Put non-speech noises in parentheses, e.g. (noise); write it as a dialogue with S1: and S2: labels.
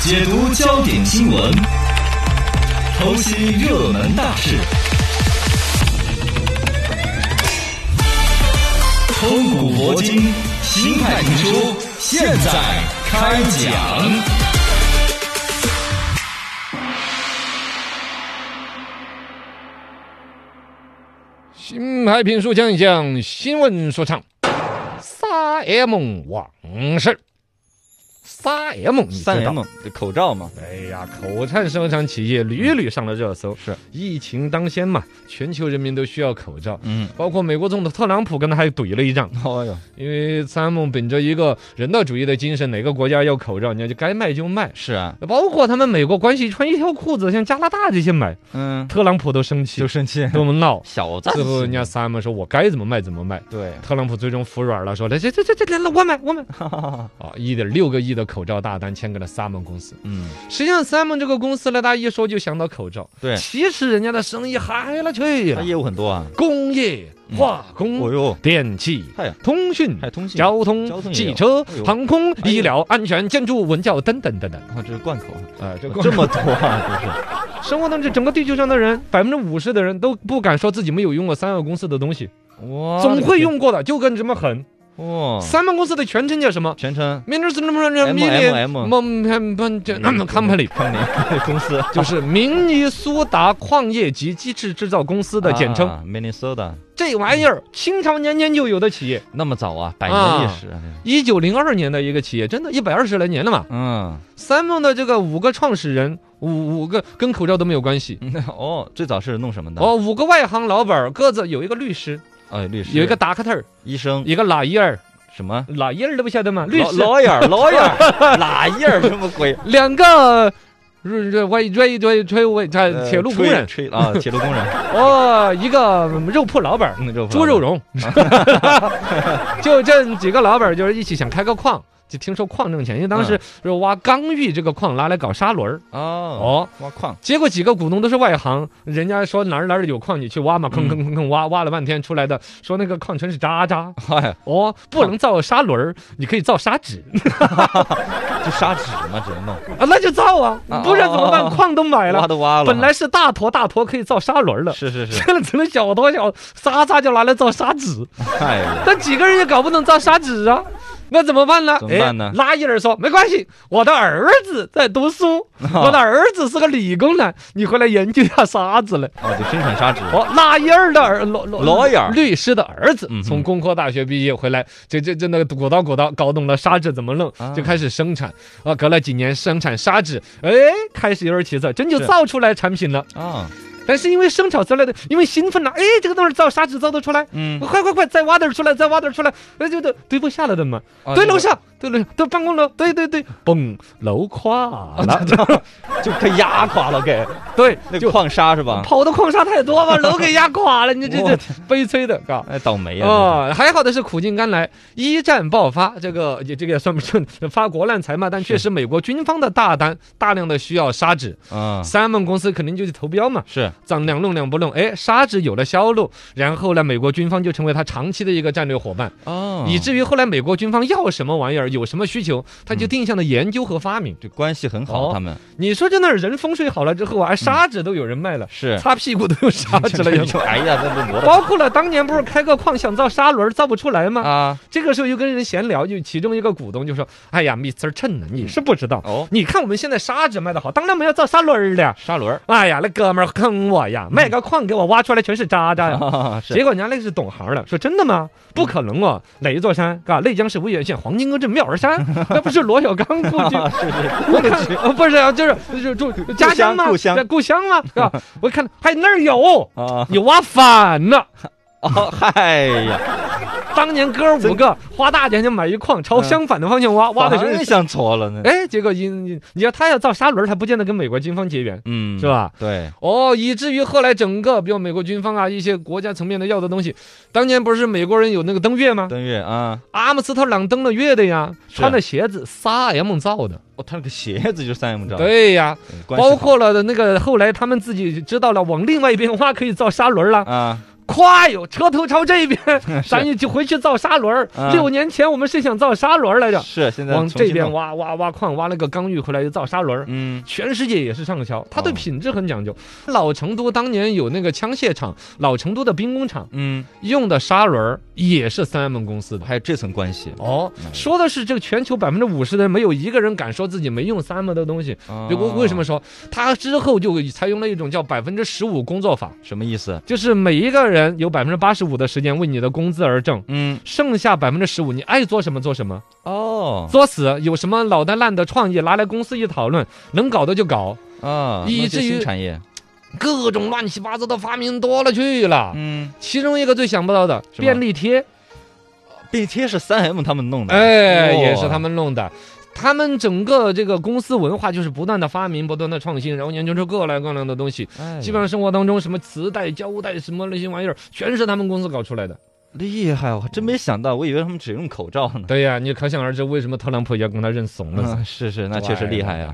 S1: 解读焦点新闻，剖析热门大事，通古博今，新派评书，现在开讲。
S2: 新派评书讲一讲新闻说唱，撒 M 往事。撒 M，你知道
S3: 三 M 口罩嘛，
S2: 哎呀，口罩生产企业屡屡上了热搜。
S3: 嗯是，
S2: 疫情当先嘛，全球人民都需要口罩。
S3: 嗯，
S2: 包括美国总统特朗普跟他还怼了一仗，
S3: 哦哟，
S2: 因为三 M 本着一个人道主义的精神，哪个国家要口罩，人家就该卖就卖。
S3: 是啊，
S2: 包括他们美国关系穿一条裤子，像加拿大这些买，
S3: 嗯，
S2: 特朗普都生气
S3: 就，生气，
S2: 跟我们
S3: (laughs)
S2: 闹。
S3: 小子，
S2: 最后人家三 M 说，我该怎么卖怎么卖。
S3: 对，
S2: 特朗普最终服软了，说来这这这这来我买
S3: (laughs)
S2: 我买
S3: 哈哈哈
S2: 啊！一点六个亿的口罩大单签给了 Simon 公司。
S3: 嗯，
S2: 实际上，Simon 这个公司呢，大家一说就想到口罩，
S3: 对，
S2: 其实人家的生意嗨了去
S3: 他
S2: 了，
S3: 业务很多啊，
S2: 工业、
S3: 嗯
S2: 化
S3: 哦
S2: 工、
S3: 哟，
S2: 电器
S3: 哎呀、
S2: 通讯
S3: 还、有通信，
S2: 交
S3: 交
S2: 通、
S3: 通也
S2: 汽
S3: 有
S2: 车
S3: 哎、呦
S2: 航空、
S3: 哎呦
S2: 医疗、安全、建筑、文教等等等等。
S3: 啊，这是贯口，
S2: 啊，这
S3: 这么多啊，
S2: 生活当中，整个地球上的人，百分之五十的人都不敢说自己没有用过三 M 公司的东西，
S3: 这是，哇，
S2: 总会用过的，就跟什么狠。
S3: 啊哇，
S2: 三 M 公司的全称叫什么？
S3: 全称
S2: Miners m i l l
S3: MMM
S2: (clears throat) Company，
S3: 康宁公司
S2: 就是明尼苏达矿业及机制制造公司的简称。
S3: 啊，Minnesota，
S2: 这玩意儿清朝年间就有的企业，
S3: 那么早啊，百年历史啊，
S2: 一九零二年的一个企业，真的，一百二十来年了嘛。
S3: 嗯，
S2: 三梦的这个五个创始人，五五个跟口罩都没有关系。
S3: (laughs) 哦，最早是弄什么的？
S2: 哦，五个外行老板儿，各自有一个律师，
S3: 哎，律师，
S2: 有一个 doctor，
S3: 医生，
S2: 一个老一儿，
S3: 什
S2: (laughs)
S3: 么？
S2: 老一儿都不晓得吗？律师，
S3: lawyer lawyer，哪页儿什么鬼？
S2: 两个，呃，外外外外外，他铁路工人，
S3: (laughs) 吹吹啊，铁路工人， (laughs)
S2: 哦，一个肉铺老板儿，
S3: 嗯，肉
S2: 猪肉蓉， (laughs) 就这几个老板儿就是一起想开个矿，就听说矿挣钱，因为当时是挖刚玉这个矿拿来搞砂轮儿
S3: 哦，
S2: 哦。
S3: 挖矿， (laughs)
S2: 结果几个股东都是外行，人家说哪儿哪儿有矿，你去挖嘛，吭吭吭吭挖，挖了半天出来的，说那个矿泉是渣渣
S3: 哎，
S2: 哦，不能造砂轮儿，你可以造砂 (laughs) 纸
S3: 就砂纸嘛，只能弄，
S2: 啊，那就造啊，不然怎么
S3: 啊啊
S2: 办？
S3: 啊
S2: 矿都买
S3: 挖
S2: 了，
S3: 都挖了，
S2: 哎本来是大坨大坨可以造砂轮儿的，
S3: 是是是，
S2: (laughs) 现在成了小坨小渣渣，就拿来造砂纸。
S3: 哎呀，
S2: (laughs) 但几个人也搞不懂造砂纸啊，那怎么办呢？
S3: 怎么办呢
S2: 哎拉一人说没关系，我的儿子在读
S3: (laughs)
S2: 书，
S3: 哦
S2: 我的儿子是个理工男，你回来研究一下沙子来。
S3: 哦，就生产砂
S2: (laughs)
S3: 纸，
S2: 哦，拉一儿的儿罗罗
S3: 罗眼儿
S2: 律师的儿子
S3: 嗯哼
S2: 从工科大学毕业回来，这这这那个鼓捣鼓捣，搞懂了砂纸怎么弄
S3: 啊，
S2: 就开始生产。啊，隔了几年生产砂纸，哎，开始有点起色，真就是造出来产品了。
S3: 啊，
S2: 但是因为生产出来的，因为兴奋了，哎，这个东西造砂纸造得出来。
S3: 嗯，
S2: 快快快，再挖点儿出来，再挖点儿出来，那就堆堆不下了的嘛，
S3: 啊
S2: 堆楼下，堆楼下，堆办公楼，对对对，嘣，楼垮了，
S3: (laughs) 就可以压垮了，给
S2: (laughs) 对，
S3: 那
S2: 就嗯
S3: 矿砂是吧？
S2: 跑的矿砂太多，把楼给压垮了，你这
S3: 我
S2: 这这悲催的，嘎。
S3: 哎，倒霉啊，
S2: 哦，还好的是苦尽甘来，一战爆发，这个也这个也算不上发国难财嘛，但确实美国军方的大单大量的需要砂纸，
S3: 啊，
S2: 三 M 公司肯定就去投标嘛，
S3: 是，
S2: 咱两弄两不弄，哎，砂纸有了销路，然后呢，美国军方就成为他长期的一个战略伙伴。
S3: 哦，
S2: 以至于后来美国军方要什么玩意儿，有什么需求，他就
S3: 嗯
S2: 定向的研究和发明。
S3: 这关系很好，
S2: 哦
S3: 他们
S2: 你说真的，人风水好了之
S3: 嗯
S2: 后啊，砂纸都有人卖了， (laughs)
S3: 是，
S2: 擦屁股都有砂
S3: (laughs)
S2: 纸了。有
S3: 就哎呀，那都磨的
S2: 包括了当年不是开个矿想造砂轮儿造不出来吗？
S3: 啊，
S2: 这个时候又跟人闲聊，就其中一个股东就说：“哎呀，Mr. Chen，啊你是不知道，
S3: 哦，
S2: 你看我们现在砂纸卖的好，当然我们要造砂轮儿的呀。
S3: 砂轮儿
S2: 哎呀，那哥们儿坑我呀，卖个矿给我挖出来全是渣渣呀。”
S3: 嗯 (laughs) 啊，是，嗯
S2: 结果人家那个是懂行的，说真的吗？不可能啊！哪一座山？嘎，内江市威远县黄金沟镇妙儿
S3: (laughs)
S2: 山，那不是罗小刚故居？
S3: 啊， (laughs) 是是，
S2: 我看呃不是啊，就是就是住家乡吗？
S3: (laughs) 故乡
S2: 对故
S3: (laughs)
S2: 乡吗？啊，我看还那儿有，
S3: 啊，
S2: 你挖反
S3: (laughs)
S2: 了。
S3: 哦，嗨
S2: (laughs)
S3: 呀，
S2: 当年哥儿五个花大钱就买一矿，朝相反的方向挖，挖的全
S3: 真
S2: 是。
S3: 想错了呢，
S2: 哎，结果因因你要他要造砂轮儿，他不见得跟美国军方结缘，
S3: 嗯，
S2: 是？吧？
S3: 对，
S2: 哦，以至于后来整个，比如美国军方啊，一些国家层面的要的东西，当年不是美国人有那个登月吗？
S3: 登月啊，
S2: 阿姆斯特朗登了月的呀，
S3: 是啊
S2: 穿的鞋子仨 M 造的，
S3: 哦，他那个鞋子就三 M 罩，
S2: 对呀，
S3: 啊嗯，关系
S2: 包括了那个后来他们自己知道了，往另外一边挖可以造砂轮
S3: 好
S2: 啦， (laughs)
S3: 啊，
S2: 咵哟，车头朝这边，咱一起回去造砂轮儿
S3: 啊。
S2: 六年前我们是想造砂轮儿来
S3: (laughs)
S2: 着，
S3: 是现在
S2: 往
S3: 重
S2: 这
S3: 新
S2: 边
S3: 弄，
S2: 挖挖挖矿，挖了个刚玉回来就造砂轮儿。
S3: 嗯，
S2: 全世界也是畅销，它对
S3: 哦
S2: 品质很讲究。老成都当年有那个枪械厂，老成都的兵工厂
S3: 嗯，
S2: 用的砂轮儿也是三 M 公司的。
S3: 还有这层关系，
S2: 哦，说的是这个全球百分之五十的人没有一个人敢说自己没用三 M 的东西。就为为什么
S3: 啊
S2: 说他之后就采用了一种叫百分之十五工作法，
S3: 什么意思？
S2: 就是每一个人有百分之八十五的时间为你的工资而挣。
S3: 嗯，
S2: 剩下百分之十五，你爱做什么做什么，
S3: 哦，
S2: 作死。有什么脑袋烂的创意，拿来公司一讨论，能搞的就搞，
S3: 啊，
S2: 以
S3: 那
S2: 至
S3: 就
S2: 于啊
S3: 新产业，
S2: 各种乱七八糟的发明多了去了。
S3: 嗯，
S2: 其中一个最想不到的
S3: 什么
S2: 便利贴，
S3: 便利贴是三 M 他们弄的，
S2: 哎，
S3: 哦
S2: 也是他，们弄的。他们整个这个公司文化就是不断的发明，不断的创新，然后研究出各来各样的东西。
S3: 哎呀
S2: 基本上生活当中什么磁带、胶带什么那些玩意儿，全是他们公司搞出来的。
S3: 厉害，我还真没想到，我以为他们只用口罩呢。 (laughs)
S2: 对呀，你可想而知为什么特朗普要跟他认怂了。
S3: 嗯嗯，是是，那确实厉害呀、